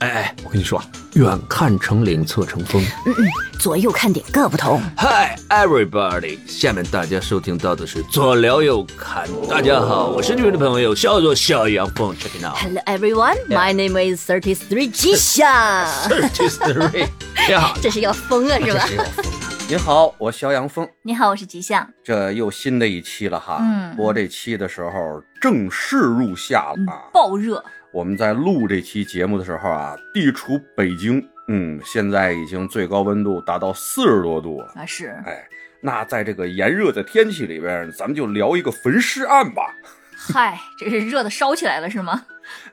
哎哎，我跟你说啊，远看成岭，侧成峰。左右看点各不同。 Hi everybody，下面大家收听到的是左聊右侃。大家好，我是你们的朋友，叫做小杨凤 Check it out。 Hello everyone, my name is Thirty Three G 夏。 Thirty three，你好， 这是要疯啊了是吧？您好，我肖阳峰， 你好，我是吉祥。这又新的一期了哈。嗯播这期的时候正式入夏了啊。爆热，我们在录这期节目的时候啊，地处北京，嗯，现在已经最高温度达到四十多度了。那是哎，那在这个炎热的天气里边，咱们就聊一个焚尸案吧。嗨，这是热的烧起来了是吗？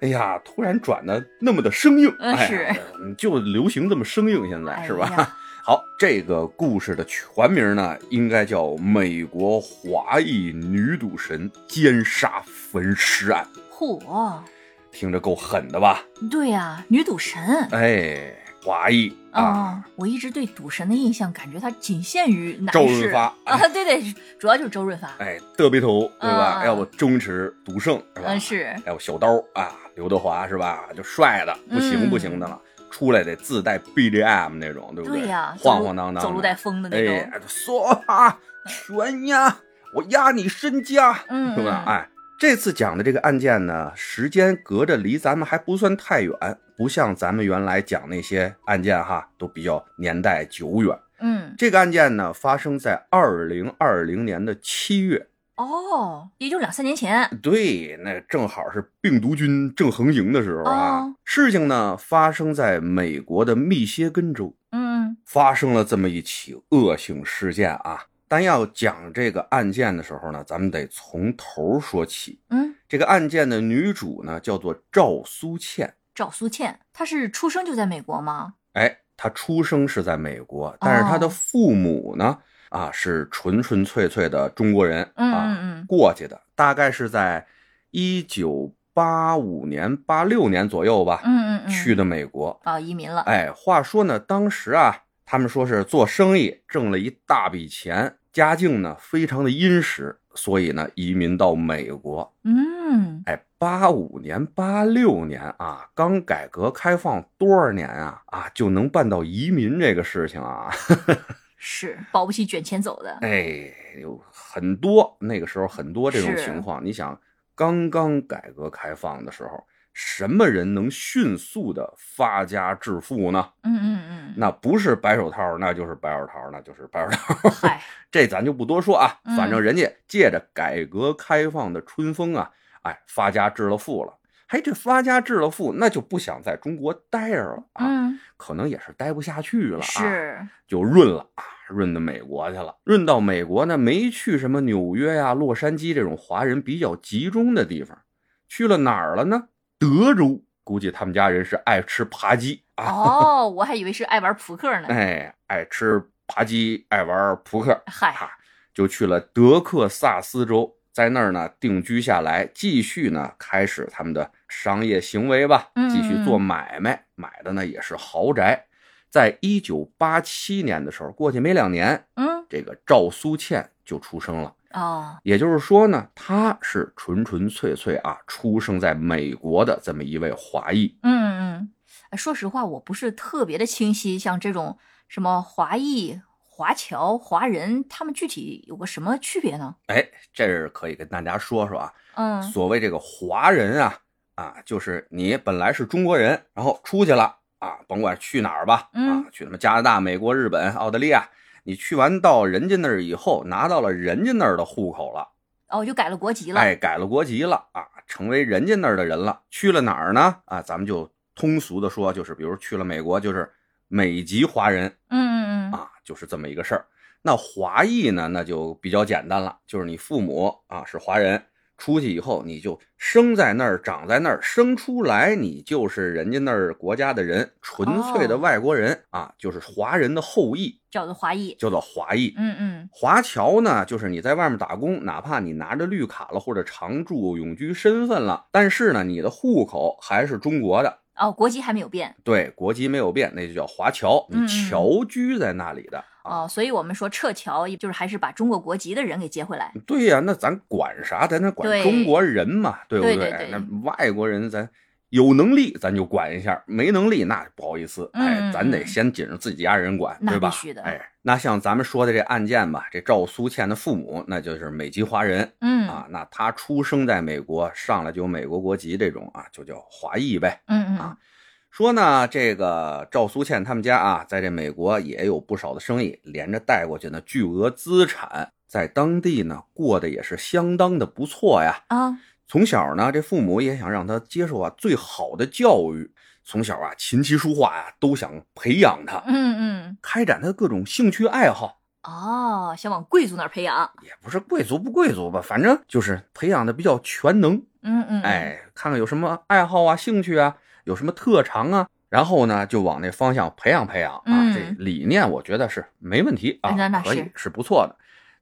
哎呀，突然转的那么的生硬，嗯哎是呀，嗯就流行这么生硬，现在是吧？哎呀好，这个故事的全名呢，应该叫《美国华裔女赌神奸杀焚尸案》，嚯，听着够狠的吧？对呀、女赌神。哎，华裔啊，啊、我一直对赌神的印象，感觉他仅限于男士周润发 啊，对对，主要就是周润发，哎，德比头对吧？哎啊要不周星驰、赌圣是吧？嗯是，要不小刀啊，刘德华是吧？就帅的不行嗯不行的了。出来得自带 BGM 那种，对不对呀、走晃路晃荡荡的，走路带风的那哎种，，说吧，悬呀，我压你身家，嗯是吧？哎，这次讲的这个案件呢，时间隔着离咱们还不算太远，不像咱们原来讲那些案件哈，都比较年代久远。嗯，这个案件呢，发生在二零二零年的七月，哦，也就两三年前，对，那正好是病毒菌正横行的时候啊。哦事情呢，发生在美国的密歇根州。嗯发生了这么一起恶性事件啊。但要讲这个案件的时候呢，咱们得从头说起。嗯，这个案件的女主呢，叫做赵苏倩。赵苏倩，她是出生就在美国吗？哎，她出生是在美哦国，但是她的父母呢，啊，是纯纯粹粹的中国人嗯啊，嗯嗯过去的，大概是在一九八五年、八六年左右吧，嗯嗯嗯，去的美国。啊、移民了，哎，话说呢，当时啊，他们说是做生意挣了一大笔钱，家境呢非常的殷实，所以呢移民到美国。嗯，哎，八五年、八六年啊，刚改革开放多少年啊啊，就能办到移民这个事情啊， 是保不齐卷钱走的，哎，有很多那个时候很多这种是情况。你想，刚刚改革开放的时候，什么人能迅速的发家致富呢？嗯嗯嗯，那不是白手套，那就是白手套，那就是白手套。嗨， 这咱就不多说啊，嗯反正人家借着改革开放的春风啊，哎，发家致了富了。哎，这发家致了富，那就不想在中国待着了啊，嗯可能也是待不下去了啊，是，就润了啊，润到美国去了。润到美国呢，没去什么纽约呀、洛杉矶这种华人比较集中的地方，去了哪儿了呢？德州，估计他们家人是爱吃扒鸡 啊。哦，我还以为是爱玩扑克呢，哎，爱吃扒鸡，爱玩扑克，嗨，就去了德克萨斯州，在那儿呢定居下来，继续呢开始他们的商业行为吧，嗯继续做买卖，买的呢也是豪宅。在一九八七年的时候，过去没两年，嗯，这个赵苏倩就出生了。哦，也就是说呢，她是纯纯粹粹啊，出生在美国的这么一位华裔。嗯嗯，哎说实话，我不是特别的清晰，像这种什么华裔、华侨、华人，他们具体有个什么区别呢？哎，这是可以跟大家说说啊，嗯，所谓这个华人啊啊，就是你本来是中国人，然后出去了啊，甭管去哪儿吧，嗯啊，去什么加拿大、美国、日本、澳大利亚，你去完到人家那儿以后，拿到了人家那儿的户口了，哦，就改了国籍了，哎，改了国籍了啊，成为人家那儿的人了。去了哪儿呢？啊，咱们就通俗的说，就是比如去了美国，就是美籍华人嗯嗯嗯，啊，就是这么一个事儿。那华裔呢，那就比较简单了，就是你父母啊是华人，出去以后你就生在那儿，长在那儿，生出来你就是人家那儿国家的人，纯粹的哦外国人、啊，就是华人的后裔，叫做华裔，叫做华裔。嗯嗯，华侨呢，就是你在外面打工，哪怕你拿着绿卡了或者常住永居身份了，但是呢，你的户口还是中国的，哦，国籍还没有变，对，国籍没有变，那就叫华侨，嗯你侨居在那里的啊。哦，所以我们说撤侨，就是还是把中国国籍的人给接回来，对呀、那咱管啥？咱那管对中国人嘛，对不对对对对那外国人咱有能力咱就管一下，没能力那不好意思，嗯哎，嗯咱得嗯先紧着自己家人管，那对吧？必须的哎，那像咱们说的这案件吧，这赵苏倩的父母那就是美籍华人，嗯啊，那他出生在美国，上来就有美国国籍，这种啊就叫华裔呗。嗯嗯啊说呢，这个赵苏倩他们家啊，在这美国也有不少的生意，连着带过去呢，巨额资产，在当地呢过得也是相当的不错呀。啊，从小呢，这父母也想让他接受啊最好的教育，从小啊琴棋书画啊都想培养他，嗯嗯，开展他各种兴趣爱好。哦，想往贵族那儿培养，也不是贵族不贵族吧，反正就是培养的比较全能。嗯嗯，，哎，看看有什么爱好啊、兴趣啊，有什么特长啊，然后呢，就往那方向培养培养啊。嗯哎这理念我觉得是没问题啊，那那可以是是不错的。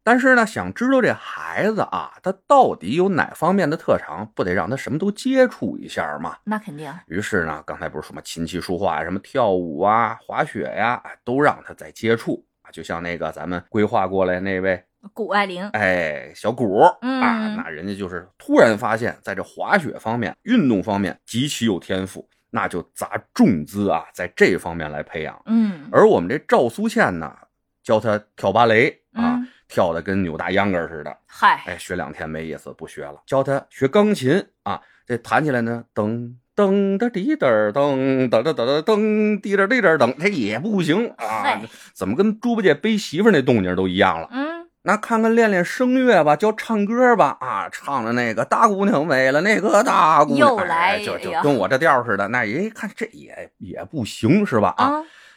但是呢，想知道这孩子啊，他到底有哪方面的特长，不得让他什么都接触一下嘛？那肯定，于是呢，刚才不是说什么琴棋书画啊、什么跳舞啊、滑雪呀、啊都让他再接触啊。就像那个咱们规划过来那位谷爱凌，哎，小谷嗯啊，那人家就是突然发现，在这滑雪方面、运动方面极其有天赋，那就砸重资啊，在这方面来培养。嗯而我们这赵苏倩呢，教他跳芭蕾啊，嗯跳的跟扭大秧歌似的，嗨，哎，学两天没意思，不学了。教他学钢琴啊，这弹起来呢，噔噔的滴噔儿噔噔噔噔噔滴噔滴噔噔，这也不行啊嗨，怎么跟猪八戒背媳妇儿那动静都一样了？嗯那看看练练声乐吧，教唱歌吧，啊，唱的那个大姑娘为了那个大姑娘，又来哎就就哎呀跟我这调儿似的。那人一看这也也不行是吧？啊，啊，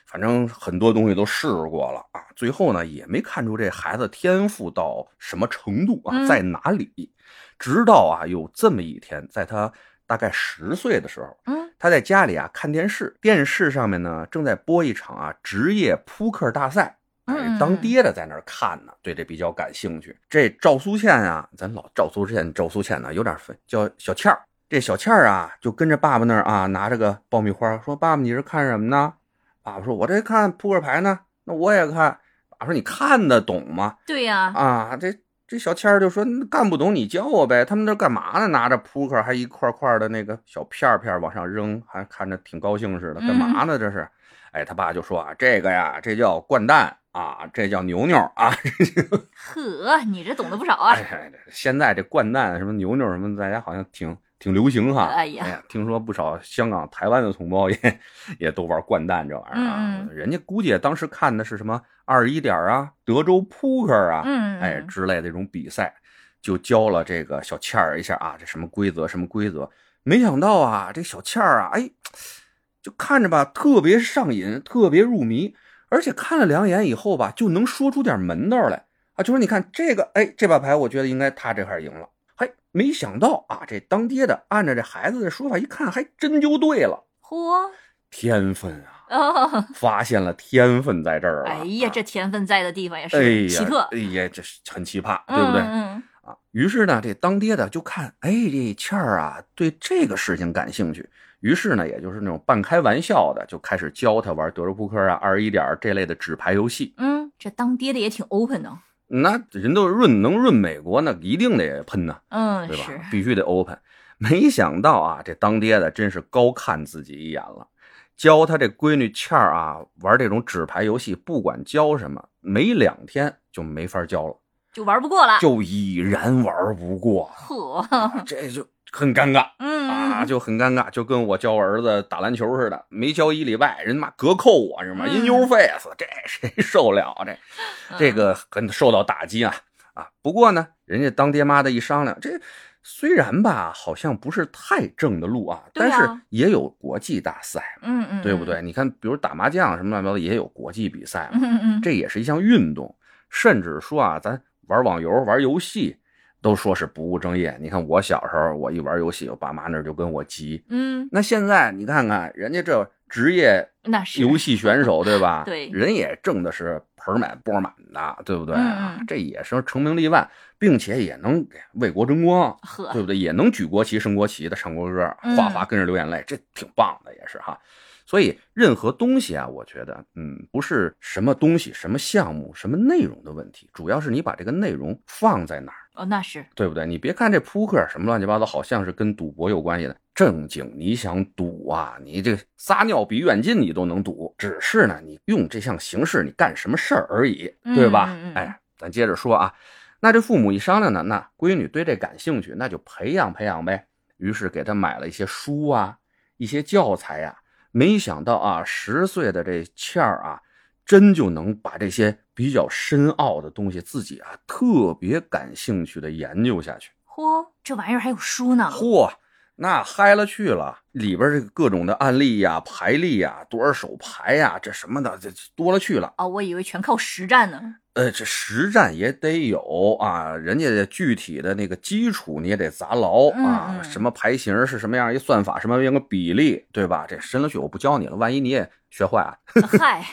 反正很多东西都试过了啊，最后呢也没看出这孩子天赋到什么程度啊，嗯在哪里。直到啊有这么一天，在他大概十岁的时候，嗯他在家里啊看电视，电视上面呢正在播一场啊职业扑克大赛。嗯哎，当爹的在那儿看呢，对这比较感兴趣。这赵苏倩啊，咱老赵苏倩，赵苏倩呢有点分叫小倩儿。这小倩儿啊，就跟着爸爸那儿啊，拿着个爆米花，说：“爸爸，你是看什么呢？”爸爸说：“我这看扑克牌呢。”那我也看。爸爸说：“你看得懂吗？”对呀，啊，这这小倩儿就说那干不懂你教我呗。他们那干嘛呢？拿着扑克还一块块的那个小片儿片儿往上扔，还看着挺高兴似的。嗯干嘛呢？这是？哎，他爸就说啊，这个呀，这叫掼蛋啊，这叫牛牛啊。呵，你这懂得不少啊哎，，哎现在这掼蛋什么牛牛什么，大家好像挺挺流行哈。哎呀听说不少香港、台湾的同胞也也都玩掼蛋这玩意儿啊。嗯嗯人家估计当时看的是什么二一点儿啊、德州扑克啊，嗯，哎嗯之类的这种比赛，就教了这个小倩儿一下啊，这什么规则什么规则。没想到啊，这小倩儿啊，哎，就看着吧，特别上瘾，特别入迷，而且看了两眼以后吧，就能说出点门道来啊。就说你看这个，哎，这把牌我觉得应该他这块儿赢了。嘿，没想到啊，这当爹的按照这孩子的说法一看，还真就对了，嚯，天分啊，哦，发现了天分在这儿了。啊哎呀，这天分在的地方也哎是呀奇特，哎呀，这是很奇葩，对不对？嗯嗯啊。于是呢，这当爹的就看，哎，这倩儿啊，对这个事情感兴趣。于是呢，也就是那种半开玩笑的，就开始教他玩德州扑克啊、二一点儿这类的纸牌游戏。嗯，这当爹的也挺 open 的，那人都润能润美国，那一定得喷呐、嗯，对吧是，？必须得 open。没想到啊，这当爹的真是高看自己一眼了，教他这闺女倩儿啊玩这种纸牌游戏，不管教什么，没两天就没法教了，就玩不过了，就已然玩不过了。呵，这就很尴尬嗯啊，就很尴尬，就跟我教我儿子打篮球似的，没教一礼拜，人妈隔扣我是吗嗯？In your face，这谁受了啊？这这个很受到打击啊啊！不过呢，人家当爹妈的一商量，这虽然吧，好像不是太正的路啊，对但呀是也有国际大赛，嗯嗯，对不对？你看，比如打麻将什么乱七八糟，也有国际比赛嘛嗯？。嗯嗯，这也是一项运动，甚至说啊，咱玩网游、玩游戏，都说是不务正业。你看我小时候，我一玩游戏，我爸妈那儿就跟我急。嗯，那现在你看看人家这职业那是游戏选手，对吧？对人也挣的是盆满钵满的，对不对啊？嗯嗯这也是成名立万，并且也能给为国 争光，呵，对不对？也能举国旗、升国旗的，唱国歌，嗯哗哗跟着流眼泪，这挺棒的，也是哈。所以任何东西啊，我觉得，嗯，不是什么东西、什么项目、什么内容的问题，主要是你把这个内容放在哪儿，哦，那是，对不对？你别看这扑克什么乱七八糟，好像是跟赌博有关系的，正经你想赌啊，你这撒尿比远近你都能赌，只是呢，你用这项形式你干什么事儿而已，对吧？嗯嗯嗯哎，咱接着说啊，那这父母一商量呢，那闺女对这感兴趣，那就培养培养呗。于是给她买了一些书啊，一些教材呀、没想到啊，十岁的这倩儿啊，真就能把这些比较深奥的东西自己啊特别感兴趣的研究下去。嚯，这玩意儿还有书呢，嚯，那嗨了去了！里边这个各种的案例呀、牌例呀、多少手牌呀，这什么的，这多了去了。哦，我以为全靠实战 呢。呃，这实战也得有啊，人家这具体的那个基础你也得砸牢啊，嗯嗯什么牌型是什么样一算法，什么样一个比例，对吧？这深了去我不教你了，万一你也学坏啊。嗨，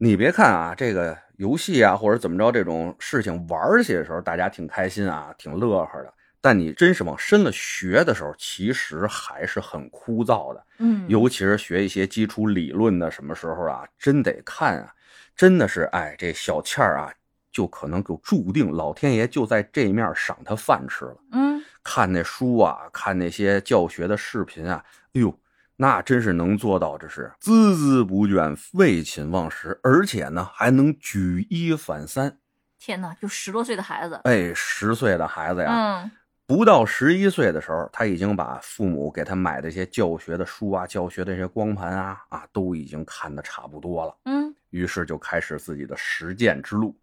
你别看啊，这个游戏啊，或者怎么着这种事情玩儿起的时候，大家挺开心啊，挺乐呵的。但你真是往深了学的时候，其实还是很枯燥的。嗯，尤其是学一些基础理论的，什么时候啊，真得看啊，真的是哎，这小倩儿啊，就可能就注定老天爷就在这面赏她饭吃了。嗯，看那书啊，看那些教学的视频啊，哎呦，那真是能做到，这是孜孜不倦、废寝忘食，而且呢还能举一反三。天哪，就十多岁的孩子，哎，十岁的孩子呀，嗯，不到十一岁的时候，他已经把父母给他买的一些教学的书啊、教学的这些光盘啊啊，都已经看得差不多了。嗯，于是就开始自己的实践之路，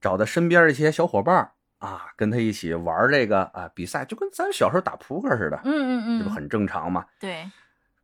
找他身边一些小伙伴儿啊，跟他一起玩这个啊比赛，就跟咱小时候打扑克似的。嗯嗯这不嗯，很正常吗？对，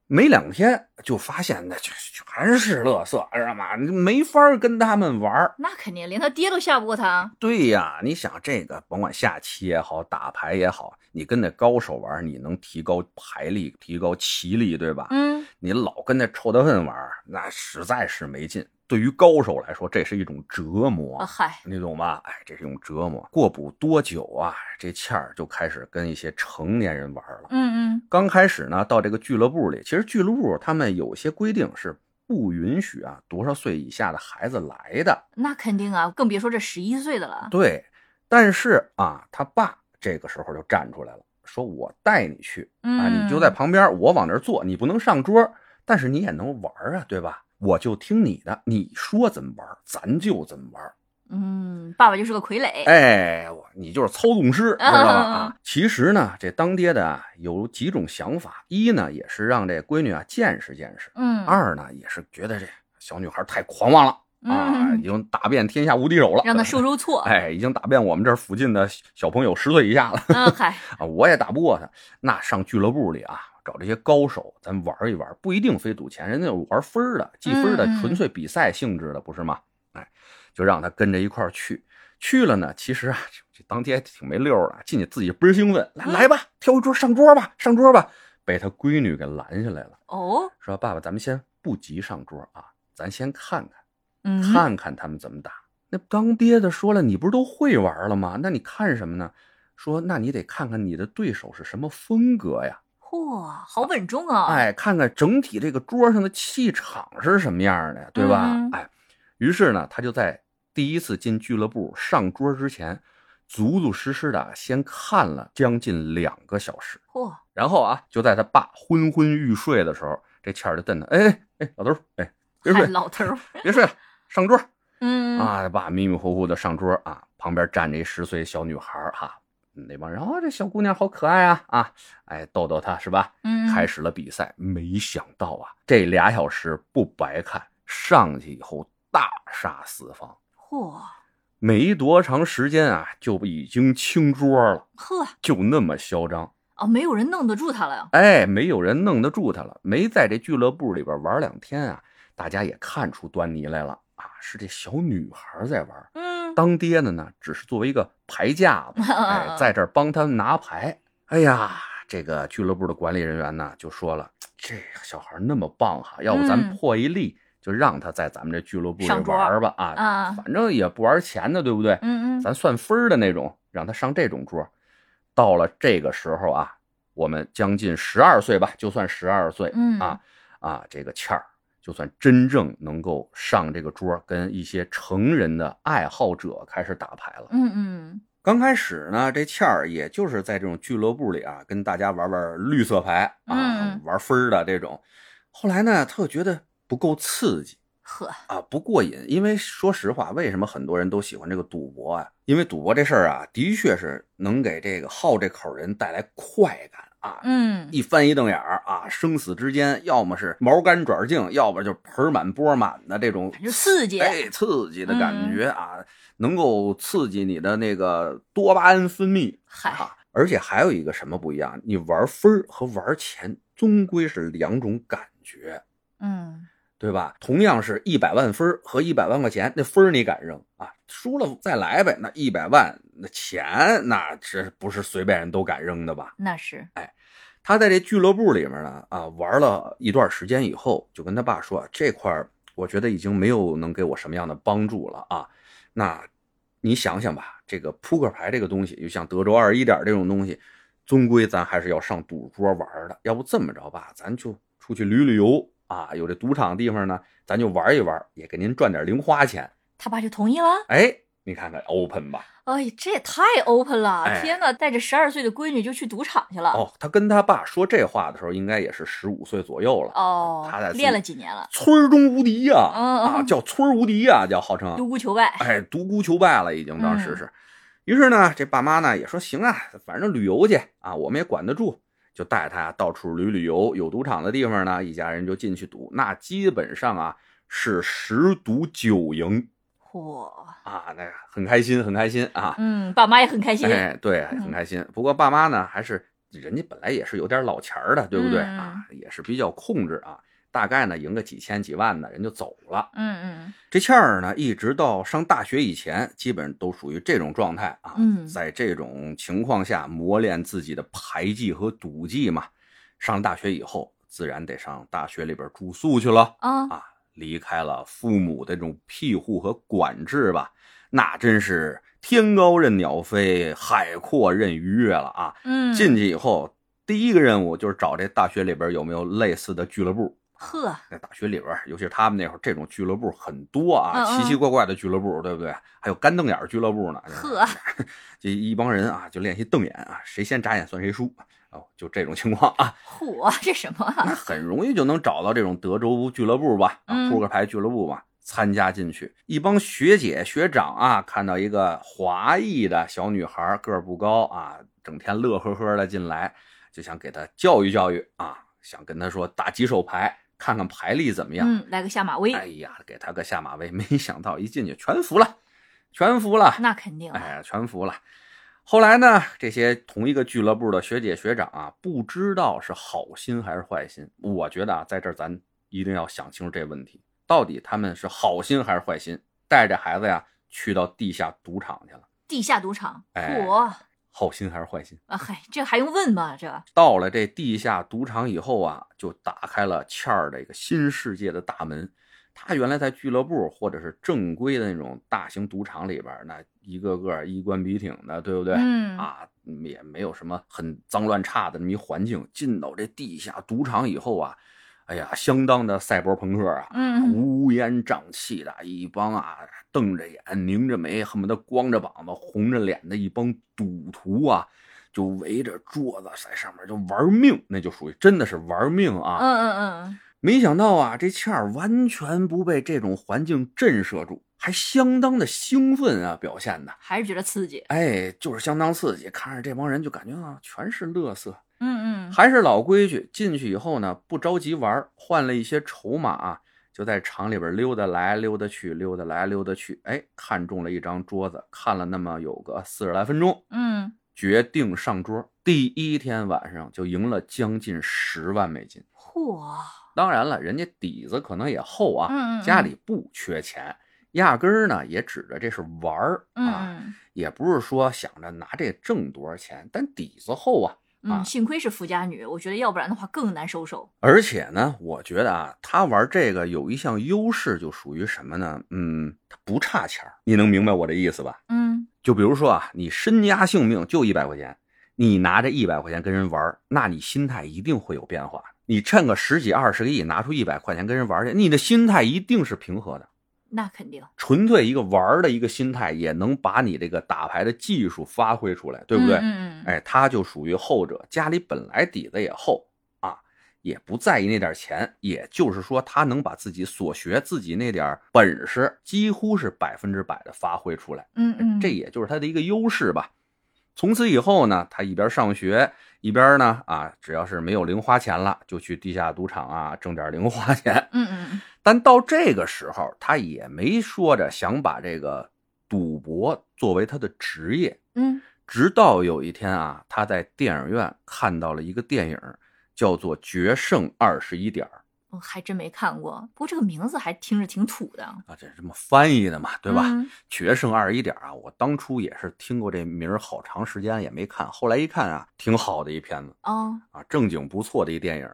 没两天就发现那全全是乐色，知道吗？你没法儿跟他们玩儿。那肯定连他爹都吓不过他。对哎呀，你想这个，甭管下棋也好，打牌也好，你跟那高手玩儿，你能提高牌力，提高棋力，对吧？嗯，你老跟那臭德粪玩儿，那实在是没劲。对于高手来说，这是一种折磨。啊嗨，你懂吧？哎，这是一种折磨。过不多久啊，这倩儿就开始跟一些成年人玩儿了。嗯嗯，刚开始呢，到这个俱乐部里，其实俱乐部他们有些规定是不允许啊多少岁以下的孩子来的，那肯定啊，更别说这十一岁的了。对。但是啊，他爸这个时候就站出来了，说我带你去啊，嗯，你就在旁边，我往那儿坐，你不能上桌，但是你也能玩啊，对吧？我就听你的，你说怎么玩，咱就怎么玩。嗯，爸爸就是个傀儡。哎，我你就是操纵师，知道吧？啊啊，其实呢，这当爹的啊有几种想法，一呢也是让这闺女啊见识见识，嗯，二呢，也是觉得这小女孩太狂妄了、啊，嗯，已经打遍天下无敌手了，让他受受挫。哎，已经打遍我们这儿附近的小小朋友十岁以下了嗯， 嗨，啊，我也打不过他。那上俱乐部里啊，找这些高手，咱玩一玩，不一定非赌钱，人家有玩分儿的、计分儿的嗯嗯，纯粹比赛性质的，不是吗？哎，就让他跟着一块儿去。去了呢，其实啊，这这当爹挺没溜儿的，进去自己倍儿兴奋，来嗯来吧，挑一桌上桌吧，上桌吧，被他闺女给拦下来了。哦，说：“爸爸，咱们先不急上桌啊，咱先看看，嗯，看看他们怎么打。那当爹的说了，你不是都会玩了吗？那你看什么呢？说，那你得看看你的对手是什么风格呀？嚯，好稳重啊！，哎，看看整体这个桌上的气场是什么样的呀，对吧？嗯哎，于是呢，他就在第一次进俱乐部上桌之前，足足实实的先看了将近两个小时。嚯，然后啊，就在他爸昏昏欲睡的时候，这倩儿就瞪他，哎哎，老头儿，哎，别嗨，睡，老头 儿，别睡了，上桌嗯，啊！他爸迷迷糊糊的上桌啊，旁边站着一十岁小女孩儿哈、那帮人哦，这小姑娘好可爱啊啊，哎，逗逗她是吧？嗯，开始了比赛，没想到啊，这俩小时不白看，上去以后大杀四方，嚯，没多长时间啊，就已经清桌了，呵，就那么嚣张。哦，没有人弄得住他了。哎，没有人弄得住他了。没在这俱乐部里边玩两天啊，大家也看出端倪来了啊，是这小女孩在玩。嗯，当爹的呢，只是作为一个牌 架吧，哎，在这儿帮他们拿牌。哎呀，这个俱乐部的管理人员呢，就说了，这小孩那么棒哈，要不咱们嗯破一例，就让他在咱们这俱乐部里上桌玩吧啊，啊，反正也不玩钱的，对不对？嗯嗯，咱算分儿的那种，让他上这种桌。到了这个时候啊，我们将近十二岁吧，就算十二岁，嗯啊啊，这个倩儿就算真正能够上这个桌，跟一些成人的爱好者开始打牌了。嗯嗯，刚开始呢，这倩儿也就是在这种俱乐部里啊，跟大家玩玩绿色牌啊，嗯玩分儿的这种。后来呢，她又觉得不够刺激呵，啊，不过瘾。因为说实话，为什么很多人都喜欢这个赌博啊？因为赌博这事儿啊，的确是能给这个好这口人带来快感啊，嗯，一翻一瞪眼儿啊，生死之间，要么是毛干爪净，要么就盆满钵满的这种就刺激嗯哎，刺激的感觉啊，能够刺激你的那个多巴胺分泌嗨，啊。而且还有一个什么不一样？你玩分儿和玩钱终归是两种感觉，嗯，对吧？同样是一百万分儿和一百万块钱，那分儿你敢扔啊？输了再来呗。那一百万那钱，那这不是随便人都敢扔的吧？那是，哎他在这俱乐部里面呢，啊，玩了一段时间以后，就跟他爸说啊，这块儿我觉得已经没有能给我什么样的帮助了啊。那你想想吧，这个扑克牌这个东西，就像德州二一点这种东西，终归咱还是要上赌桌玩的。要不这么着吧，咱就出去旅旅游啊，有这赌场地方呢，咱就玩一玩，也给您赚点零花钱。他爸就同意了。哎，你看看 open 吧。哎，这也太 open 了！哎天哪，带着十二岁的闺女就去赌场去了。哦，他跟他爸说这话的时候，应该也是十五岁左右了。哦，他在自己练了几年了，村儿中无敌呀、啊，嗯嗯叫村儿无敌呀、叫号称，独孤求败。哎，独孤求败了，已经当嗯时是。于是呢，这爸妈呢也说行啊，反正旅游去啊，我们也管得住，就带他到处旅旅游，有赌场的地方呢，一家人就进去赌，那基本上啊是十赌九赢嚯，啊，那很开心，很开心啊，嗯，爸妈也很开心。嗯哎，对，很开心。不过爸妈呢，还是人家本来也是有点老钱儿的，对不对嗯啊？也是比较控制啊，大概呢赢个几千几万的人就走了。嗯嗯，这倩儿呢，一直到上大学以前，基本都属于这种状态啊。嗯在这种情况下磨练自己的牌技和赌技嘛。上大学以后，自然得上大学里边住宿去了，啊，啊离开了父母的这种庇护和管制吧。那真是天高任鸟飞，海阔任鱼跃了啊！嗯，进去以后，第一个任务就是找这大学里边有没有类似的俱乐部。呵，在大学里边儿，尤其是他们那会儿，这种俱乐部很多啊，嗯嗯奇奇怪怪的俱乐部，对不对？还有干瞪眼儿俱乐部呢，呵， 这一帮人啊，就练习瞪眼啊，谁先眨眼算谁输哦，就这种情况啊，嚯，这什么啊？那很容易就能找到这种德州俱乐部吧，啊嗯扑克牌俱乐部吧，参加进去。一帮学姐学长啊，看到一个华裔的小女孩儿，个儿不高啊，整天乐呵呵的进来，就想给她教育教育啊，想跟她说打几手牌，看看牌力怎么样。嗯，来个下马威，哎呀，给他个下马威，没想到一进去全服了， 全服了，那肯定啊。哎，全服了。后来呢，这些同一个俱乐部的学姐学长啊，不知道是好心还是坏心。我觉得啊，在这儿咱一定要想清楚这问题，到底他们是好心还是坏心，带着孩子呀去到地下赌场去了，地下赌场，哎嚯、好心还是坏心？啊嗨，这还用问吗？这到了这地下赌场以后啊，就打开了倩儿的一个新世界的大门。她原来在俱乐部或者是正规的那种大型赌场里边儿，那一个个衣冠笔挺的，对不对？嗯啊，也没有什么很脏乱差的那么一环境。进到这地下赌场以后啊，哎呀，相当的赛博朋克啊，嗯，乌烟瘴气的一帮啊，瞪着眼、拧着眉，恨不得光着膀子、红着脸的一帮赌徒啊，就围着桌子在上面就玩命，那就属于真的是玩命嗯啊！嗯嗯没想到啊，这倩儿完全不被这种环境震慑住，还相当的兴奋啊，表现的，还是觉得刺激，哎，就是相当刺激。看着这帮人就感觉啊，全是乐色，嗯嗯，还是老规矩，进去以后呢，不着急玩儿，换了一些筹码啊，就在厂里边溜达来溜达去，溜达来溜达去。哎，看中了一张桌子，看了那么有个四十来分钟，嗯，决定上桌。第一天晚上就赢了将近十万美金。嚯，当然了，人家底子可能也厚啊，嗯嗯嗯家里不缺钱，压根儿呢也指着这是玩儿啊，嗯也不是说想着拿这挣多少钱，但底子厚啊，嗯啊嗯，幸亏是富家女，我觉得要不然的话更难收手。而且呢，我觉得啊，他玩这个有一项优势，就属于什么呢？嗯，他不差钱儿你能明白我的意思吧？嗯，就比如说啊，你身家性命就一百块钱，你拿着一百块钱跟人玩儿，那你心态一定会有变化。你趁个十几二十个亿拿出一百块钱跟人玩儿去，你的心态一定是平和的。那肯定，纯粹一个玩儿的一个心态，也能把你这个打牌的技术发挥出来，对不对？嗯嗯嗯，哎，他就属于后者，家里本来底子也厚啊，也不在意那点钱，也就是说，他能把自己所学自己那点本事，几乎是百分之百的发挥出来，嗯嗯，这也就是他的一个优势吧。从此以后呢，他一边上学，一边呢啊，只要是没有零花钱了，就去地下赌场啊挣点零花钱。嗯嗯 但到这个时候，他也没说着想把这个赌博作为他的职业。嗯直到有一天啊，他在电影院看到了一个电影，叫做《决胜二十一点》我嗯还真没看过，不过这个名字还听着挺土的，啊，这是这么翻译的嘛，对吧？嗯决胜二十一点》啊，我当初也是听过这名儿好长时间也没看，后来一看啊，挺好的一片子哦，啊，正经不错的一电影。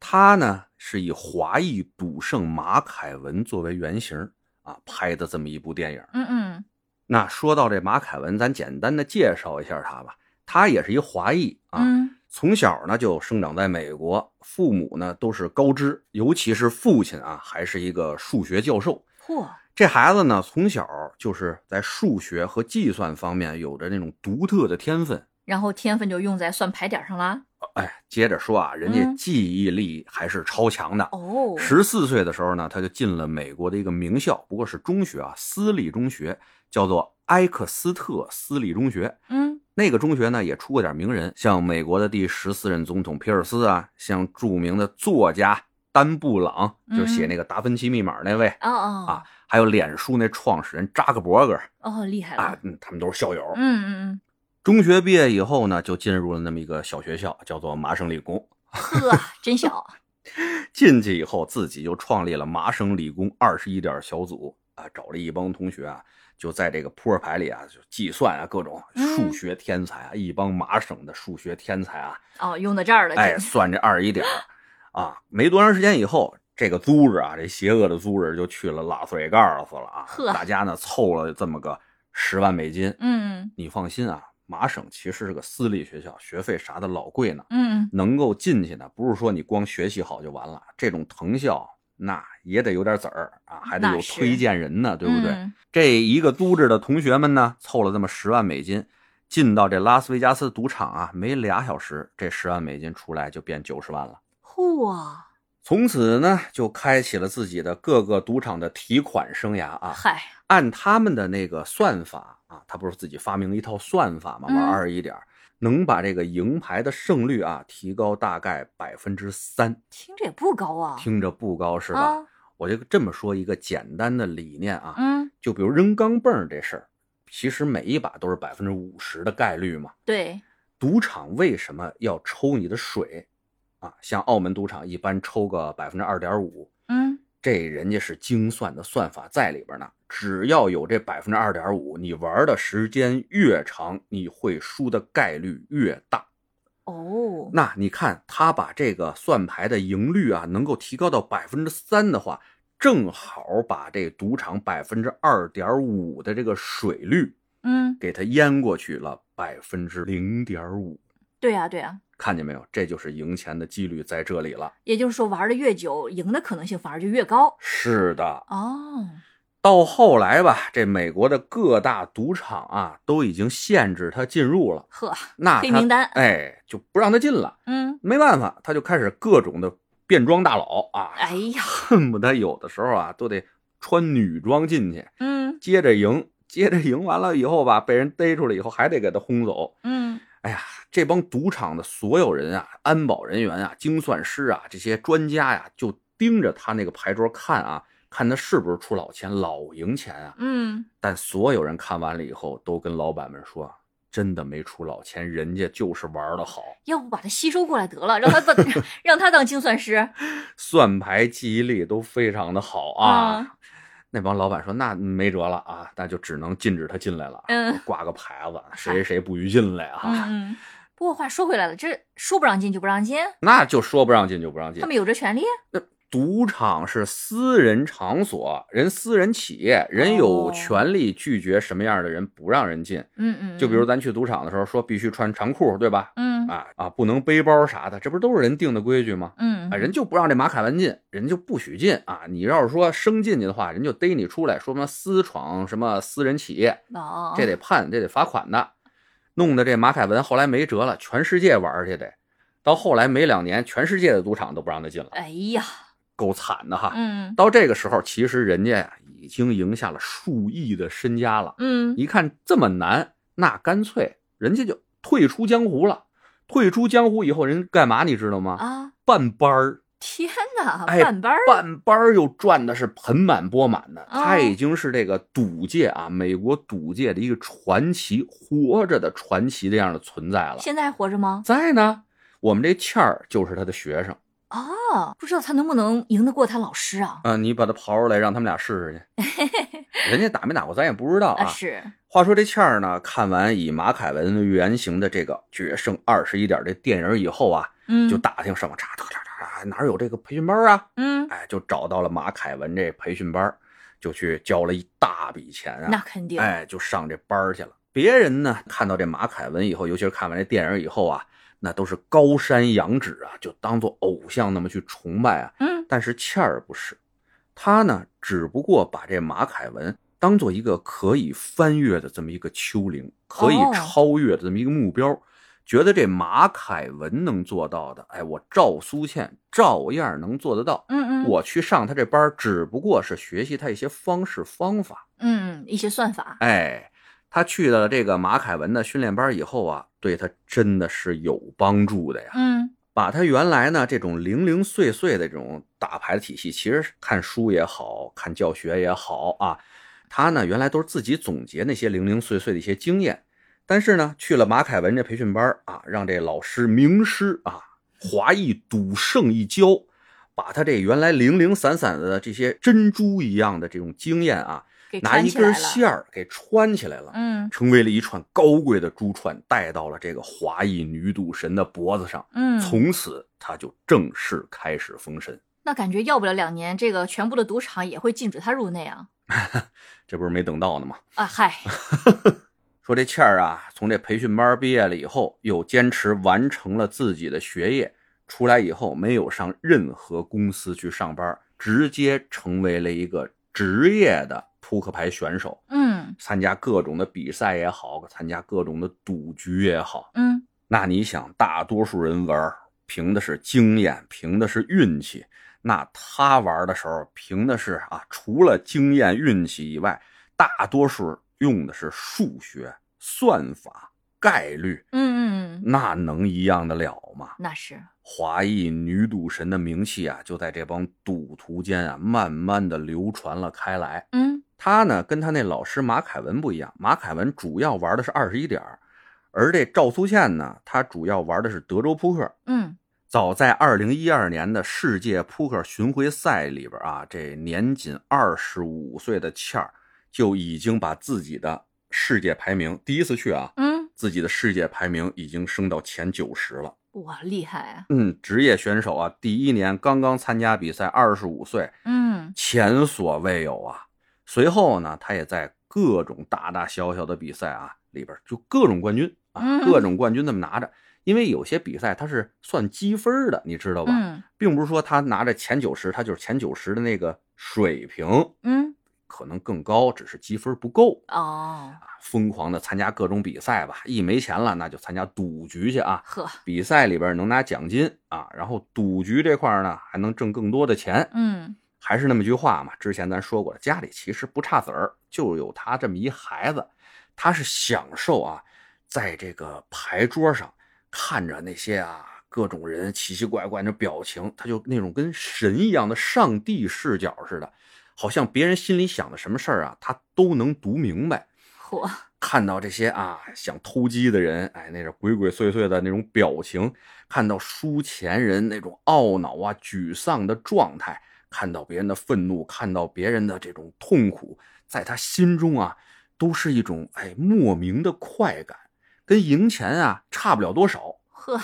他呢是以华裔赌圣马凯文作为原型啊拍的这么一部电影。嗯嗯那说到这马凯文，咱简单的介绍一下他吧。他也是一华裔啊，嗯从小呢就生长在美国，父母呢都是高知，尤其是父亲啊还是一个数学教授。嚯，这孩子呢从小就是在数学和计算方面有着那种独特的天分。然后天分就用在算牌点儿上啦，哎，接着说啊，人家嗯记忆力还是超强的。哦，十四岁的时候呢，他就进了美国的一个名校，不过是中学啊，私立中学，叫做埃克斯特私立中学。嗯那个中学呢，也出过点名人，像美国的第十四任总统皮尔斯啊，像著名的作家丹布朗，嗯就是写那个《达芬奇密码》那位，哦哦啊还有脸书那创始人扎克伯格哦，厉害啊了，，嗯，他们都是校友。嗯嗯嗯，中学毕业以后呢，就进入了那么一个小学校，叫做麻省理工。呵，啊真小，进去以后，自己就创立了麻省理工二十一点小组啊，找了一帮同学啊，就在这个扑克牌里啊，就计算啊，各种嗯数学天才啊，一帮麻省的数学天才啊，哦，用到这儿了，哎，真是算这二十一点儿啊，没多长时间以后，这个组织啊，这邪恶的组织就去了拉斯维加斯了啊呵，大家呢凑了这么个十万美金。嗯你放心啊，麻省其实是个私立学校，学费啥的老贵呢，嗯能够进去呢，不是说你光学习好就完了，这种藤校那也得有点子儿啊，还得那有是推荐人呢，对不对？嗯这一个都市的同学们呢，凑了这么十万美金，进到这拉斯维加斯赌场啊，没俩小时，这十万美金出来就变九十万了。嚯，啊从此呢，就开启了自己的各个赌场的提款生涯啊。嗨，按他们的那个算法啊，他不是自己发明了一套算法嘛，嗯玩二十一点儿，能把这个赢牌的胜率啊提高大概百分之三，听着也不高啊，听着不高是吧？啊？我就这么说一个简单的理念啊，嗯，就比如扔钢镚儿这事儿，其实每一把都是百分之五十的概率嘛。对，赌场为什么要抽你的水啊？像澳门赌场一般抽个百分之二点五，嗯这人家是精算的算法在里边呢。只要有这百分之二点五，你玩的时间越长，你会输的概率越大。哦，那你看他把这个算牌的赢率啊，能够提高到百分之三的话，正好把这赌场百分之二点五的这个水率嗯，给它淹过去了百分之零点五。对呀、对呀、看见没有？这就是赢钱的几率在这里了。也就是说玩的越久，赢的可能性反而就越高。是的，哦，到后来吧，这美国的各大赌场啊，都已经限制他进入了，呵，那黑他名单哎，就不让他进了。嗯，没办法，他就开始各种的变装大佬啊，哎呀，恨不得有的时候啊都得穿女装进去，嗯接着赢，接着赢完了以后吧，被人逮住了以后还得给他轰走。嗯，哎呀，这帮赌场的所有人啊，安保人员啊，精算师啊，这些专家呀、就盯着他那个牌桌看啊，看他是不是出老千、老赢钱啊。嗯，但所有人看完了以后，都跟老板们说，啊真的没出老千，人家就是玩的好，要不把他吸收过来得了，让他 当让他当精算师。算牌记忆力都非常的好啊。啊 那帮老板说，那没辙了啊，那就只能禁止他进来了啊，嗯挂个牌子，谁谁不许进来啊。嗯嗯。不过话说回来了，这说不让进就不让进， 那就说不让进就不让进他，们有这权利。赌场是私人场所，人私人企业，人有哦权利拒绝什么样的人不让人进。嗯嗯，就比如咱咱去赌场的时候，说必须穿长裤，对吧？嗯嗯啊啊，不能背包啥的，这不都是人定的规矩吗？嗯啊，人就不让这马凯文进，人就不许进啊！你要是说生进去的话，人就逮你出来，说什么私闯什么私人企业，哦，这得判，这得罚款的。弄得这马凯文后来没辙了，全世界玩儿去得。到后来没两年，全世界的赌场都不让他进了，哎呀，够惨的哈。嗯到这个时候，其实人家呀已经赢下了数亿的身家了。嗯，一看这么难，那干脆人家就退出江湖了。退出江湖以后，人干嘛你知道吗？啊，办班儿。天哪，哎半班儿，半班儿又赚的是盆满钵满的，哦他已经是这个赌界啊，美国赌界的一个传奇，活着的传奇这样的存在了。现在还活着吗？再呢，我们这倩儿就是他的学生哦，不知道他能不能赢得过他老师啊？啊、你把他刨出来，让他们俩试试 去，人家打没打过咱也不知道啊。是，话说这倩儿呢，看完以马凯文原型的这个《决胜二十一点》这电影以后啊，嗯，就打听上网查查查查，哪儿有这个培训班啊？嗯，哎，就找到了马凯文这培训班儿，就去交了一大笔钱那啊，肯定，哎，就上这班儿去了。别人呢看到这马凯文以后，尤其是看完这电影以后啊，那都是高山仰止啊，就当做偶像那么去崇拜啊。嗯但是倩儿不是，她呢只不过把这马凯文当做一个可以翻越的这么一个丘陵，可以哦超越的这么一个目标，觉得这马凯文能做到的，哎，我赵苏倩照样能做得到。嗯嗯，我去上他这班儿，只不过是学习他一些方式方法。嗯一些算法，哎，他去了这个马凯文的训练班以后啊，对他真的是有帮助的呀。嗯把他原来呢这种零零碎碎的这种打牌的体系，其实是看书也好看教学也好啊，他呢原来都是自己总结那些零零碎碎的一些经验，但是呢去了马凯文这培训班儿啊，让这老师名师啊华裔赌圣一教，把他这原来零零散散的这些珍珠一样的这种经验啊，给拿穿一起来根了，线儿给穿起来了。嗯成为了一串高贵的珠串，戴到了这个华裔女赌神的脖子上。嗯，从此他就正式开始封神。那感觉要不了两年，这个全部的赌场也会禁止他入内啊这不是没等到呢吗？啊！嗨，说这倩儿啊，从这培训班毕业了以后，又坚持完成了自己的学业，出来以后没有上任何公司去上班，直接成为了一个职业的扑克牌选手，嗯参加各种的比赛也好，参加各种的赌局也好。嗯那你想，大多数人玩儿凭的是经验，凭的是运气。那他玩儿的时候凭的是啊，除了经验、运气以外，大多数用的是数学、算法、概率，嗯嗯，那能一样的了吗？那是，华裔女赌神的名气啊，就在这帮赌徒间啊，慢慢的流传了开来。嗯他呢跟他那老师马凯文不一样，马凯文主要玩的是二十一点儿而这赵苏倩呢，她主要玩的是德州扑克。嗯早在二零一二年的世界扑克巡回赛里边啊，这年仅二十五岁的倩儿就已经把自己的世界排名第一次去啊，嗯，自己的世界排名已经升到前九十了。哇，厉害啊！嗯，职业选手啊，第一年刚刚参加比赛，二十五岁，嗯前所未有啊！随后呢，他也在各种大大小小的比赛啊里边，就各种冠军啊，嗯各种冠军这么拿着。因为有些比赛它是算积分的，你知道吧？嗯并不是说他拿着前九十，他就是前九十的那个水平，嗯，可能更高，只是积分不够哦，啊。疯狂的参加各种比赛吧，一没钱了那就参加赌局去啊。呵，比赛里边能拿奖金啊，然后赌局这块儿呢还能挣更多的钱。嗯还是那么句话嘛，之前咱说过了，家里其实不差子儿，就有他这么一孩子，他是享受啊，在这个牌桌上看着那些啊各种人奇奇怪怪的表情，他就那种跟神一样的上帝视角似的，好像别人心里想的什么事儿啊，他都能读明白。嚯，看到这些啊想偷鸡的人，哎，那种鬼鬼祟祟的那种表情；看到输钱人那种懊恼啊、沮丧的状态；看到别人的愤怒，看到别人的这种痛苦，在他心中啊，都是一种哎莫名的快感，跟赢钱啊差不了多少，呵，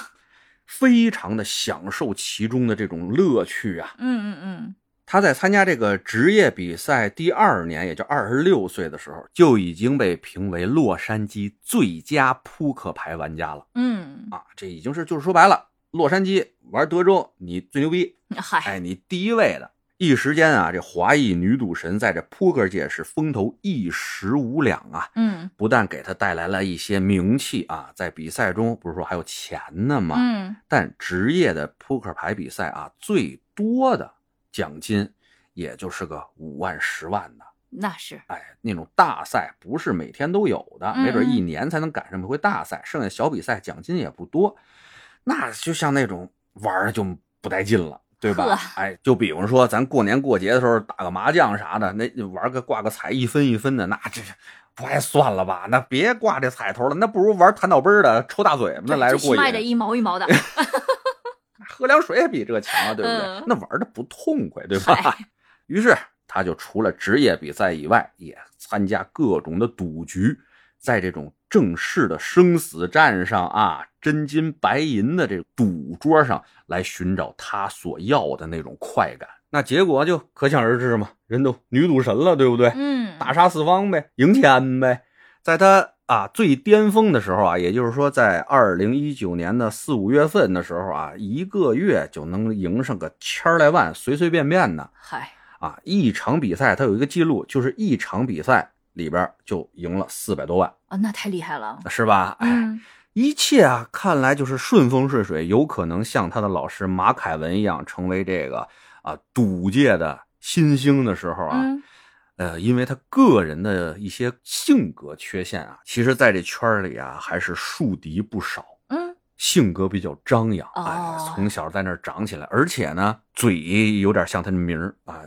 非常的享受其中的这种乐趣啊。嗯嗯他在参加这个职业比赛第二年，也就二十六岁的时候，就已经被评为洛杉矶最佳扑克牌玩家了嗯，啊！这已经是就是说白了，洛杉矶玩德州你最牛逼，嗯嗨，哎，你第一位的。一时间啊，这华裔女赌神在这扑克界是风头一时无两啊！嗯不但给她带来了一些名气啊，在比赛中不是说还有钱呢吗？嗯但职业的扑克牌比赛啊，最多的奖金也就是个五万、十万的。那是，哎，那种大赛不是每天都有的，嗯没准一年才能赶上一回大赛，剩下小比赛奖金也不多。那就像那种玩儿就不带劲了，对吧呵？哎，就比方说咱过年过节的时候打个麻将啥的，那玩个挂个彩一分一分的，那这不还算了吧？那别挂这彩头了，那不如玩弹倒杯儿的抽大嘴巴那对来这着起过卖的瘾。啊一毛一 毛的，喝凉水也比这个强啊，对不对？嗯那玩的不痛快，对吧嗨？于是他就除了职业比赛以外，也参加各种的赌局，在这种正式的生死战上啊，真金白银的这个赌桌上来寻找他所要的那种快感。那结果就可想而知嘛，人都女赌神了，对不对？嗯，大杀四方呗，赢钱呗。在他啊最巅峰的时候啊，也就是说在二零一九年的四五月份的时候啊，一个月就能赢上个千儿来万，随随便便的嗨，啊。一场比赛他有一个记录，就是一场比赛里边就赢了四百多万，啊，那太厉害了，是吧？哎，嗯一切啊，看来就是顺风顺水，有可能像他的老师马凯文一样，成为这个啊赌界的新星的时候啊。嗯呃，因为他个人的一些性格缺陷啊，其实在这圈儿里啊，还是树敌不少。嗯，性格比较张扬，哎哦，从小在那儿长起来，而且呢，嘴有点像他的名儿啊，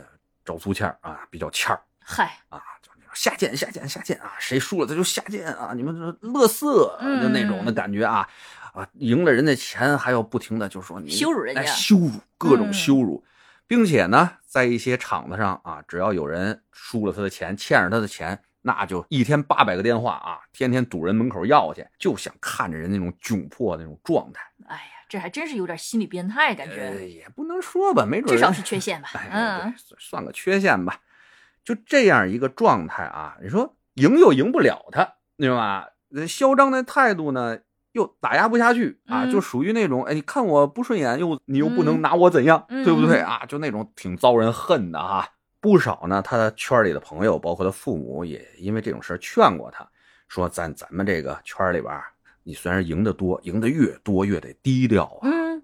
赵粗欠儿啊，比较欠儿嗨，啊，就那种下贱下贱下贱啊，谁输了他就下贱啊，你们这乐色嗯就那种的感觉啊，啊，赢了人家钱还要不停的就说你羞辱人家哎羞辱各种嗯羞辱，并且呢，在一些场子上啊，只要有人输了他的钱，欠着他的钱。那就一天八百个电话啊，天天堵人门口要去，就想看着人那种窘迫的那种状态。哎呀，这还真是有点心理变态感呃，觉，也不能说吧，没准至少人是缺陷吧，哎，对嗯，算算个缺陷吧。就这样一个状态啊，你说赢又赢不了他，对吧？呃嚣张的态度呢，又打压不下去啊，嗯就属于那种哎，你看我不顺眼，又你又不能嗯拿我怎样，嗯对不对嗯啊？就那种挺遭人恨的啊。不少呢，他圈里的朋友，包括他父母，也因为这种事儿劝过他，说咱咱们这个圈里边儿，你虽然赢得多，赢得越多越得低调啊，嗯，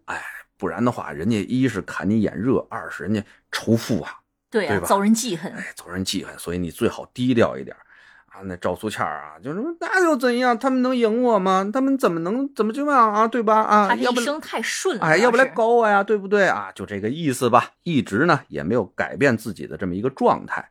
不然的话，人家一是看你眼热，二是人家仇富啊，对呀对，吧遭人记恨，哎，遭人记恨，所以你最好低调一点儿啊。那赵苏倩儿啊，就说那又怎样？他们能赢我吗？他们怎么能怎么这样啊？对吧？啊，他这要一不生太顺了，哎，要不来是搞我呀，对不对啊？就这个意思吧。一直呢也没有改变自己的这么一个状态，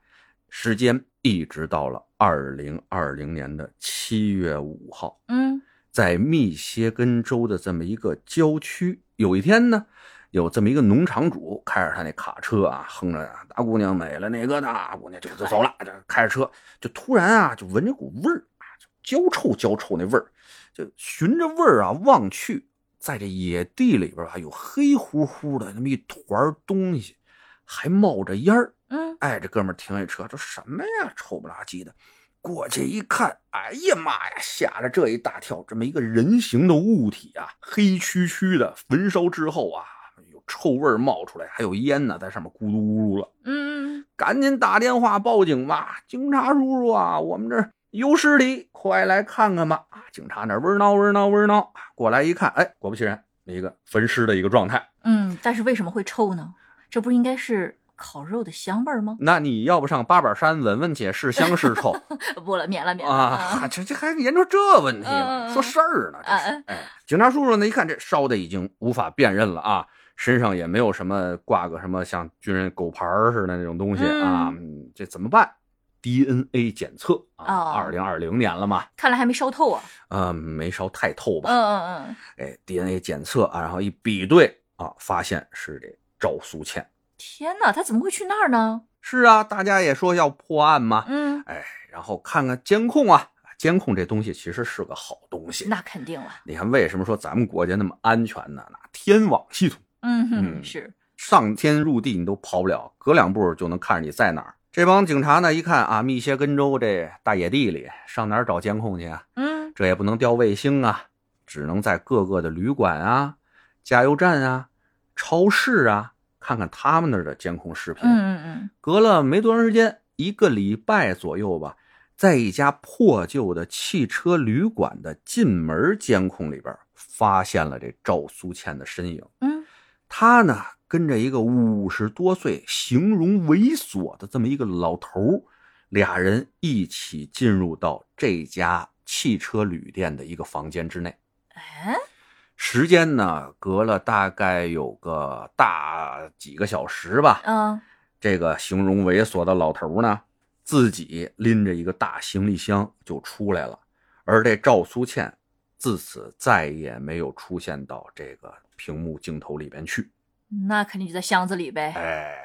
时间一直到了二零二零年的七月五号，嗯在密歇根州的这么一个郊区。有一天呢，有这么一个农场主开着他那卡车啊，哼着啊大姑娘美了那个大姑娘就就走了，就开着车就突然啊就闻着股味儿啊，就焦臭焦臭那味儿，就循着味儿啊望去，在这野地里边啊有黑乎乎的那么一团东西，还冒着烟儿。嗯，哎，这哥们儿停下车，这什么呀，臭不拉几的。过去一看，哎呀妈呀，吓了这一大跳！这么一个人形的物体啊，黑黢黢的，焚烧之后啊，有臭味儿冒出来，还有烟呢，在上面咕噜咕噜了。嗯，赶紧打电话报警吧，警察叔叔啊，我们这儿有尸体，快来看看吧！啊，警察那儿嗡闹嗡闹嗡闹，过来一看，哎，果不其然，一个焚尸的一个状态。嗯，但是为什么会臭呢？这不应该是烤肉的香味儿吗？那你要不上八宝山闻闻去，是香是臭？不了，免了，免了。啊，啊这这还研究这问题嗯嗯呢？嗯说事儿呢，这是嗯。哎，警察叔叔呢，一看这烧的已经无法辨认了啊，身上也没有什么挂个什么像军人狗牌儿似的那种东西啊，嗯这怎么办？DNA 检测啊，哦二零二零年了嘛，看来还没烧透啊。呃，没烧太透吧？嗯嗯嗯，哎，DNA 检测啊，然后一比对啊，发现是这赵苏倩。天哪，他怎么会去那儿呢？是啊，大家也说要破案嘛，嗯，哎，然后看看监控啊，监控这东西其实是个好东西。那肯定了。你看，为什么说咱们国家那么安全呢？那天网系统，嗯嗯哼，是上天入地你都跑不了，隔两步就能看着你在哪儿。这帮警察呢，一看啊，密歇根州这大野地里，上哪儿找监控去啊？嗯，这也不能调卫星啊，只能在各个的旅馆啊、加油站啊、超市啊，看看他们那儿的监控视频。嗯嗯隔了没多长时间，一个礼拜左右吧，在一家破旧的汽车旅馆的进门监控里边，发现了这赵苏倩的身影。嗯她呢，跟着一个五十多岁、形容猥琐的这么一个老头儿，俩人一起进入到这家汽车旅店的一个房间之内。嗯，哎，时间呢，隔了大概有个大几个小时吧。嗯这个形容猥琐的老头呢，自己拎着一个大行李箱就出来了，而这赵苏倩自此再也没有出现到这个屏幕镜头里边去。那肯定就在箱子里呗。哎，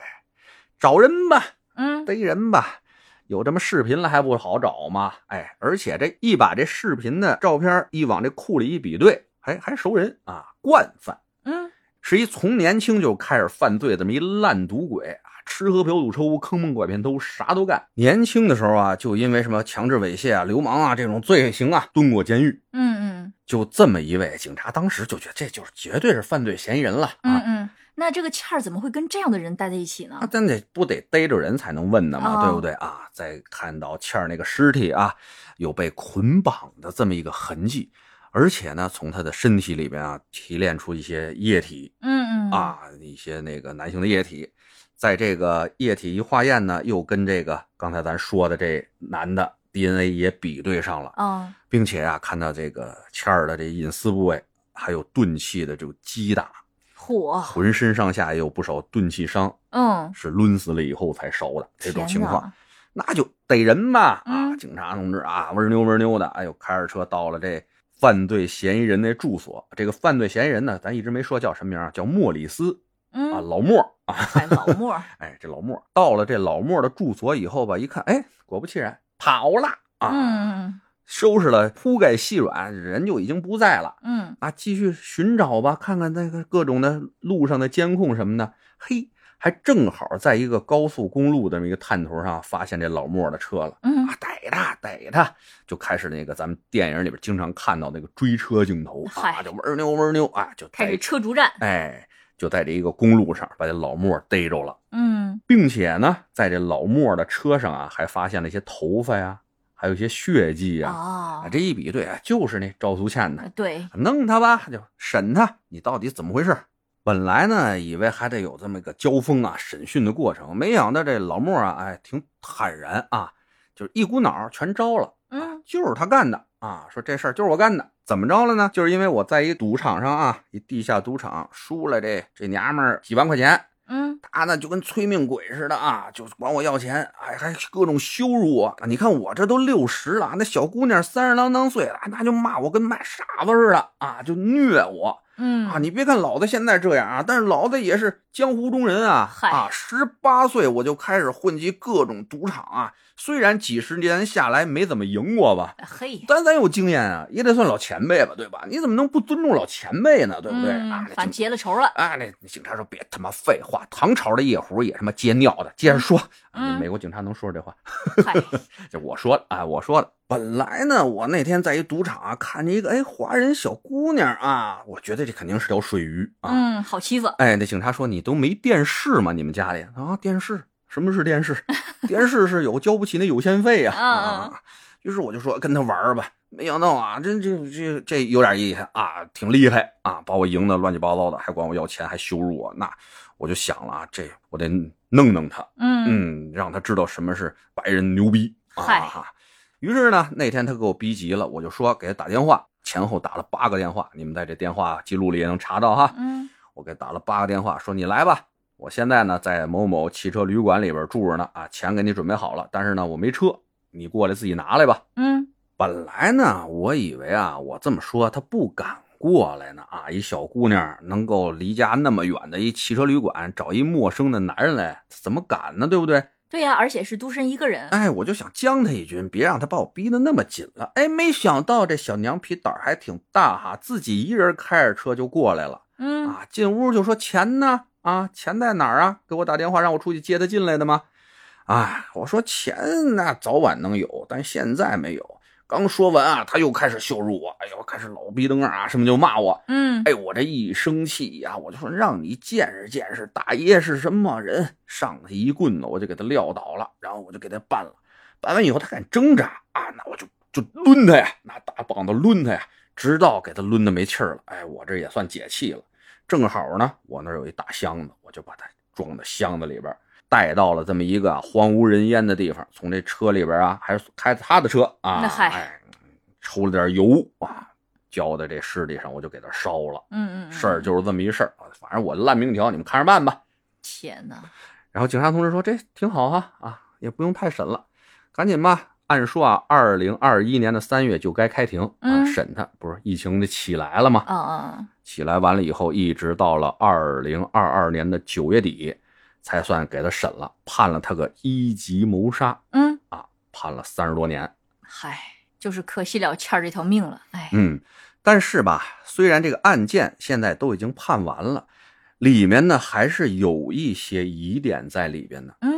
找人吧，嗯逮人吧，有这么视频了还不好找吗？哎，而且这一把这视频的照片一往这库里一比对，还还熟人啊，惯犯。嗯是一从年轻就开始犯罪这么一烂赌鬼啊，吃喝嫖赌抽坑蒙拐骗偷啥都干。年轻的时候啊，就因为什么强制猥亵啊、流氓啊这种罪行啊，蹲过监狱。嗯嗯就这么一位警察，当时就觉得这就是绝对是犯罪嫌疑人了嗯啊。嗯，那这个倩儿怎么会跟这样的人待在一起呢那？咱得不得逮着人才能问呢哦嘛，对不对啊？再看到倩儿那个尸体啊，有被捆绑的这么一个痕迹，而且呢，从他的身体里边啊提炼出一些液体，嗯嗯，啊，一些那个男性的液体，在这个液体一化验呢，又跟这个刚才咱说的这男的 DNA 也比对上了，哦并且啊，看到这个倩儿的这隐私部位，还有钝器的这种击打，火，浑身上下也有不少钝器伤，嗯，是抡死了以后才烧的这种天情哪况，，那就逮人嘛啊！啊嗯警察同志啊，嗡溜嗡溜的，哎呦，开着车到了这。犯罪嫌疑人那住所，这个犯罪嫌疑人呢，咱一直没说叫什么名啊，叫莫里斯啊，嗯，老莫啊，哎，老莫儿，哎，这老莫到了这老莫的住所以后吧，一看，哎，果不其然，跑了 啊！嗯收拾了铺盖细软，人就已经不在了嗯啊！继续寻找吧，看看那个各种的路上的监控什么的。嘿，还正好在一个高速公路的这么一个探头上发现这老莫的车了。嗯啊，逮他，逮他！就开始那个咱们电影里边经常看到那个追车镜头啊，嗨就嗡溜嗡溜啊，就开始逮车竹战，哎，就在这一个公路上把这老莫逮着了。嗯，并且呢，在这老莫的车上啊，还发现了一些头发呀，还有一些血迹呀。哦嗯啊，，这一比对啊，就是那赵苏倩的，对，弄他吧，就审他，你到底怎么回事？本来呢，以为还得有这么个交锋啊、审讯的过程，没想到这老莫啊，哎，挺坦然啊，就是一股脑儿全招了。嗯就是他干的啊！说这事儿就是我干的，怎么着了呢？就是因为我在一赌场上啊，一地下赌场输了这这娘们儿几万块钱，嗯他啊呢就跟催命鬼似的啊，就管我要钱，还还各种羞辱我。你看我这都六十了，那小姑娘三十郎当岁了，那就骂我跟骂傻子似的啊，就虐我嗯啊！你别看老子现在这样啊，但是老子也是江湖中人啊嗨啊！十八岁我就开始混迹各种赌场啊，虽然几十年下来没怎么赢过吧。嘿，但咱有经验啊，也得算老前辈吧，对吧？你怎么能不尊重老前辈呢？对不对、啊嗯？那反警结了仇了，啊，那那警察说别他妈废话，唐朝的夜壶也他妈接尿的。接着说，啊嗯美国警察能说出这话？ 嗨，这我说的啊，我说的。本来呢，我那天在一赌场啊，看见一个哎华人小姑娘啊，我觉得这肯定是条水鱼啊。嗯，好欺负，哎，那警察说你都没电视吗？你们家里啊？电视？什么是电视？ 电视是有交不起那有线费呀、啊。嗯啊于是我就说跟他玩儿吧，没想到啊，这这这这有点意思啊，挺厉害啊，把我赢得乱七八糟的，还管我要钱，还羞辱我。那我就想了啊，这我得弄弄他，嗯嗯，让他知道什么是白人牛逼啊嗨。于是呢，那天他给我逼急了，我就说给他打电话，前后打了八个电话，你们在这电话记录里也能查到哈。嗯我给打了八个电话，说你来吧，我现在呢在某某汽车旅馆里边住着呢啊，钱给你准备好了，但是呢我没车，你过来自己拿来吧。嗯本来呢我以为啊我这么说他不敢过来呢啊，一小姑娘能够离家那么远的一汽车旅馆找一陌生的男人来，怎么敢呢？对不对？对呀，而且是独身一个人，哎，我就想将他一军，别让他把我逼得那么紧了。哎，没想到这小娘皮胆儿啊还挺大哈，自己一人开着车就过来了。嗯啊，进屋就说钱呢？啊，钱在哪儿啊？给我打电话让我出去接他进来的吗？”哎，我说钱那早晚能有，但现在没有。刚说完啊，他又开始羞辱我，哎呦，开始老逼灯啊什么就骂我。嗯，哎，我这一生气呀、我就说让你见识见识大爷是什么人，上他一棍子，我就给他撂倒了，然后我就给他办了，办完以后他敢挣扎啊，那我就就抡他呀，拿大膀子抡他呀，直到给他抡的没气儿了，哎，我这也算解气了。正好呢，我那儿有一大箱子，我就把它装到箱子里边儿，带到了这么一个荒无人烟的地方，从这车里边啊，还是开他的车啊，那嗨哎，抽了点油啊，浇在这尸体上，我就给它烧了。嗯嗯，嗯事儿就是这么一事儿，反正我烂明条，你们看着办吧。天哪，然后警察同志说这挺好哈啊，也不用太审了，赶紧吧。按说啊，二零二一年的三月就该开庭啊，嗯审他不是疫情就起来了吗？啊啊，起来完了以后，一直到了二零二二年的九月底，才算给他审了，判了他个一级谋杀，嗯，判了三十多年。嗨，就是可惜了欠儿这条命了，哎，嗯，但是吧，虽然这个案件现在都已经判完了，里面呢还是有一些疑点在里边的。嗯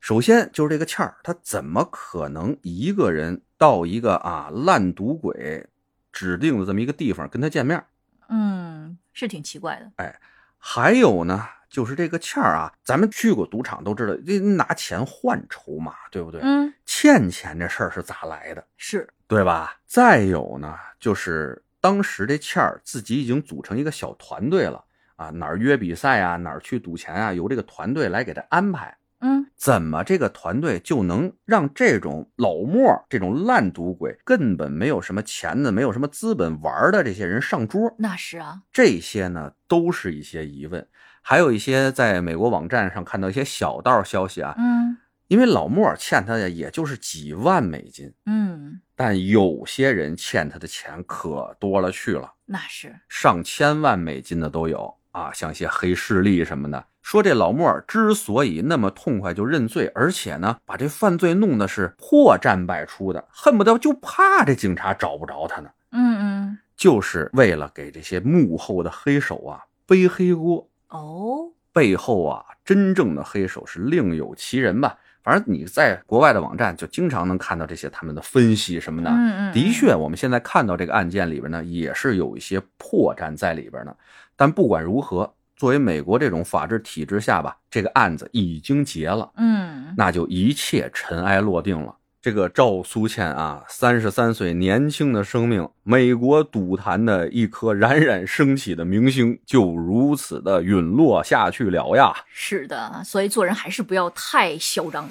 首先就是这个倩儿，她怎么可能一个人到一个啊烂赌鬼指定的这么一个地方跟他见面？嗯，是挺奇怪哎的，还有呢，就是这个倩儿啊，咱们去过赌场都知道，这拿钱换筹码，对不对？嗯，欠钱这事儿是咋来的，是，对吧？再有呢，就是当时这倩儿自己已经组成一个小团队了啊，哪儿约比赛啊，哪儿去赌钱啊，由这个团队来给他安排。嗯怎么这个团队就能让这种老墨儿、这种烂赌鬼、根本没有什么钱的、没有什么资本玩儿的这些人上桌？那是啊，这些呢，都是一些疑问。还有一些在美国网站上看到一些小道消息啊，嗯因为老莫儿欠他的也就是几万美金，嗯，但有些人欠他的钱可多了去了。那是，上千万美金的都有啊，像一些黑势力什么的。说这老莫尔之所以那么痛快就认罪，而且呢，把这犯罪弄得是破绽百出的，恨不得就怕这警察找不着他呢，嗯嗯，就是为了给这些幕后的黑手啊背黑锅。哦，背后啊，真正的黑手是另有其人吧？反正你在国外的网站就经常能看到这些他们的分析什么的。嗯嗯，的嗯，确，我们现在看到这个案件里边呢，也是有一些破绽在里边呢。但不管如何，作为美国这种法治体制下吧，这个案子已经结了，嗯，那就一切尘埃落定了。这个赵苏倩啊，三十三岁年轻的生命，美国赌坛的一颗冉冉升起的明星，就如此的陨落下去了呀。是的，所以做人还是不要太嚣张了，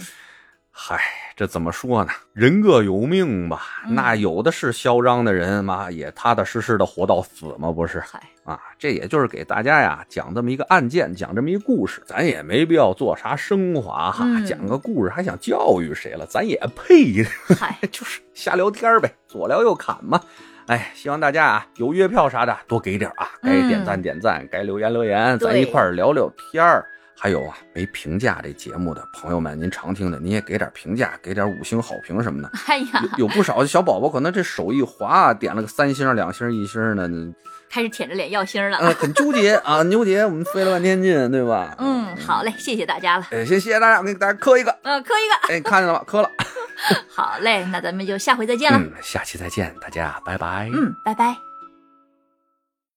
嗨，这怎么说呢？人各有命吧。嗯那有的是嚣张的人嘛，也踏踏实实的活到死嘛，不是嗨，啊？这也就是给大家呀讲这么一个案件，讲这么一故事，咱也没必要做啥升华哈，嗯讲个故事还想教育谁了？咱也配，嗨，就是瞎聊天儿呗，左聊右侃嘛。哎，希望大家啊有月票啥的多给点儿啊，该嗯点赞点赞，该留言留言，咱对一块儿聊聊天儿。还有啊，没评价这节目的朋友们，您常听的，您也给点评价，给点五星好评什么 的。哎呀，有有不少小宝宝可能这手一滑啊，点了个三星、两星、一星的，嗯、开始舔着脸要星儿呃了，很纠结啊，很纠结。我们费了半天劲，对吧？嗯，好嘞，谢谢大家了，哎，先谢谢大家，我给大家磕一个。嗯，磕一哎，看见了吧？嗯磕了。个，好嘞，那咱们就下回再见了，嗯，下期再见，大家拜拜。嗯，拜拜。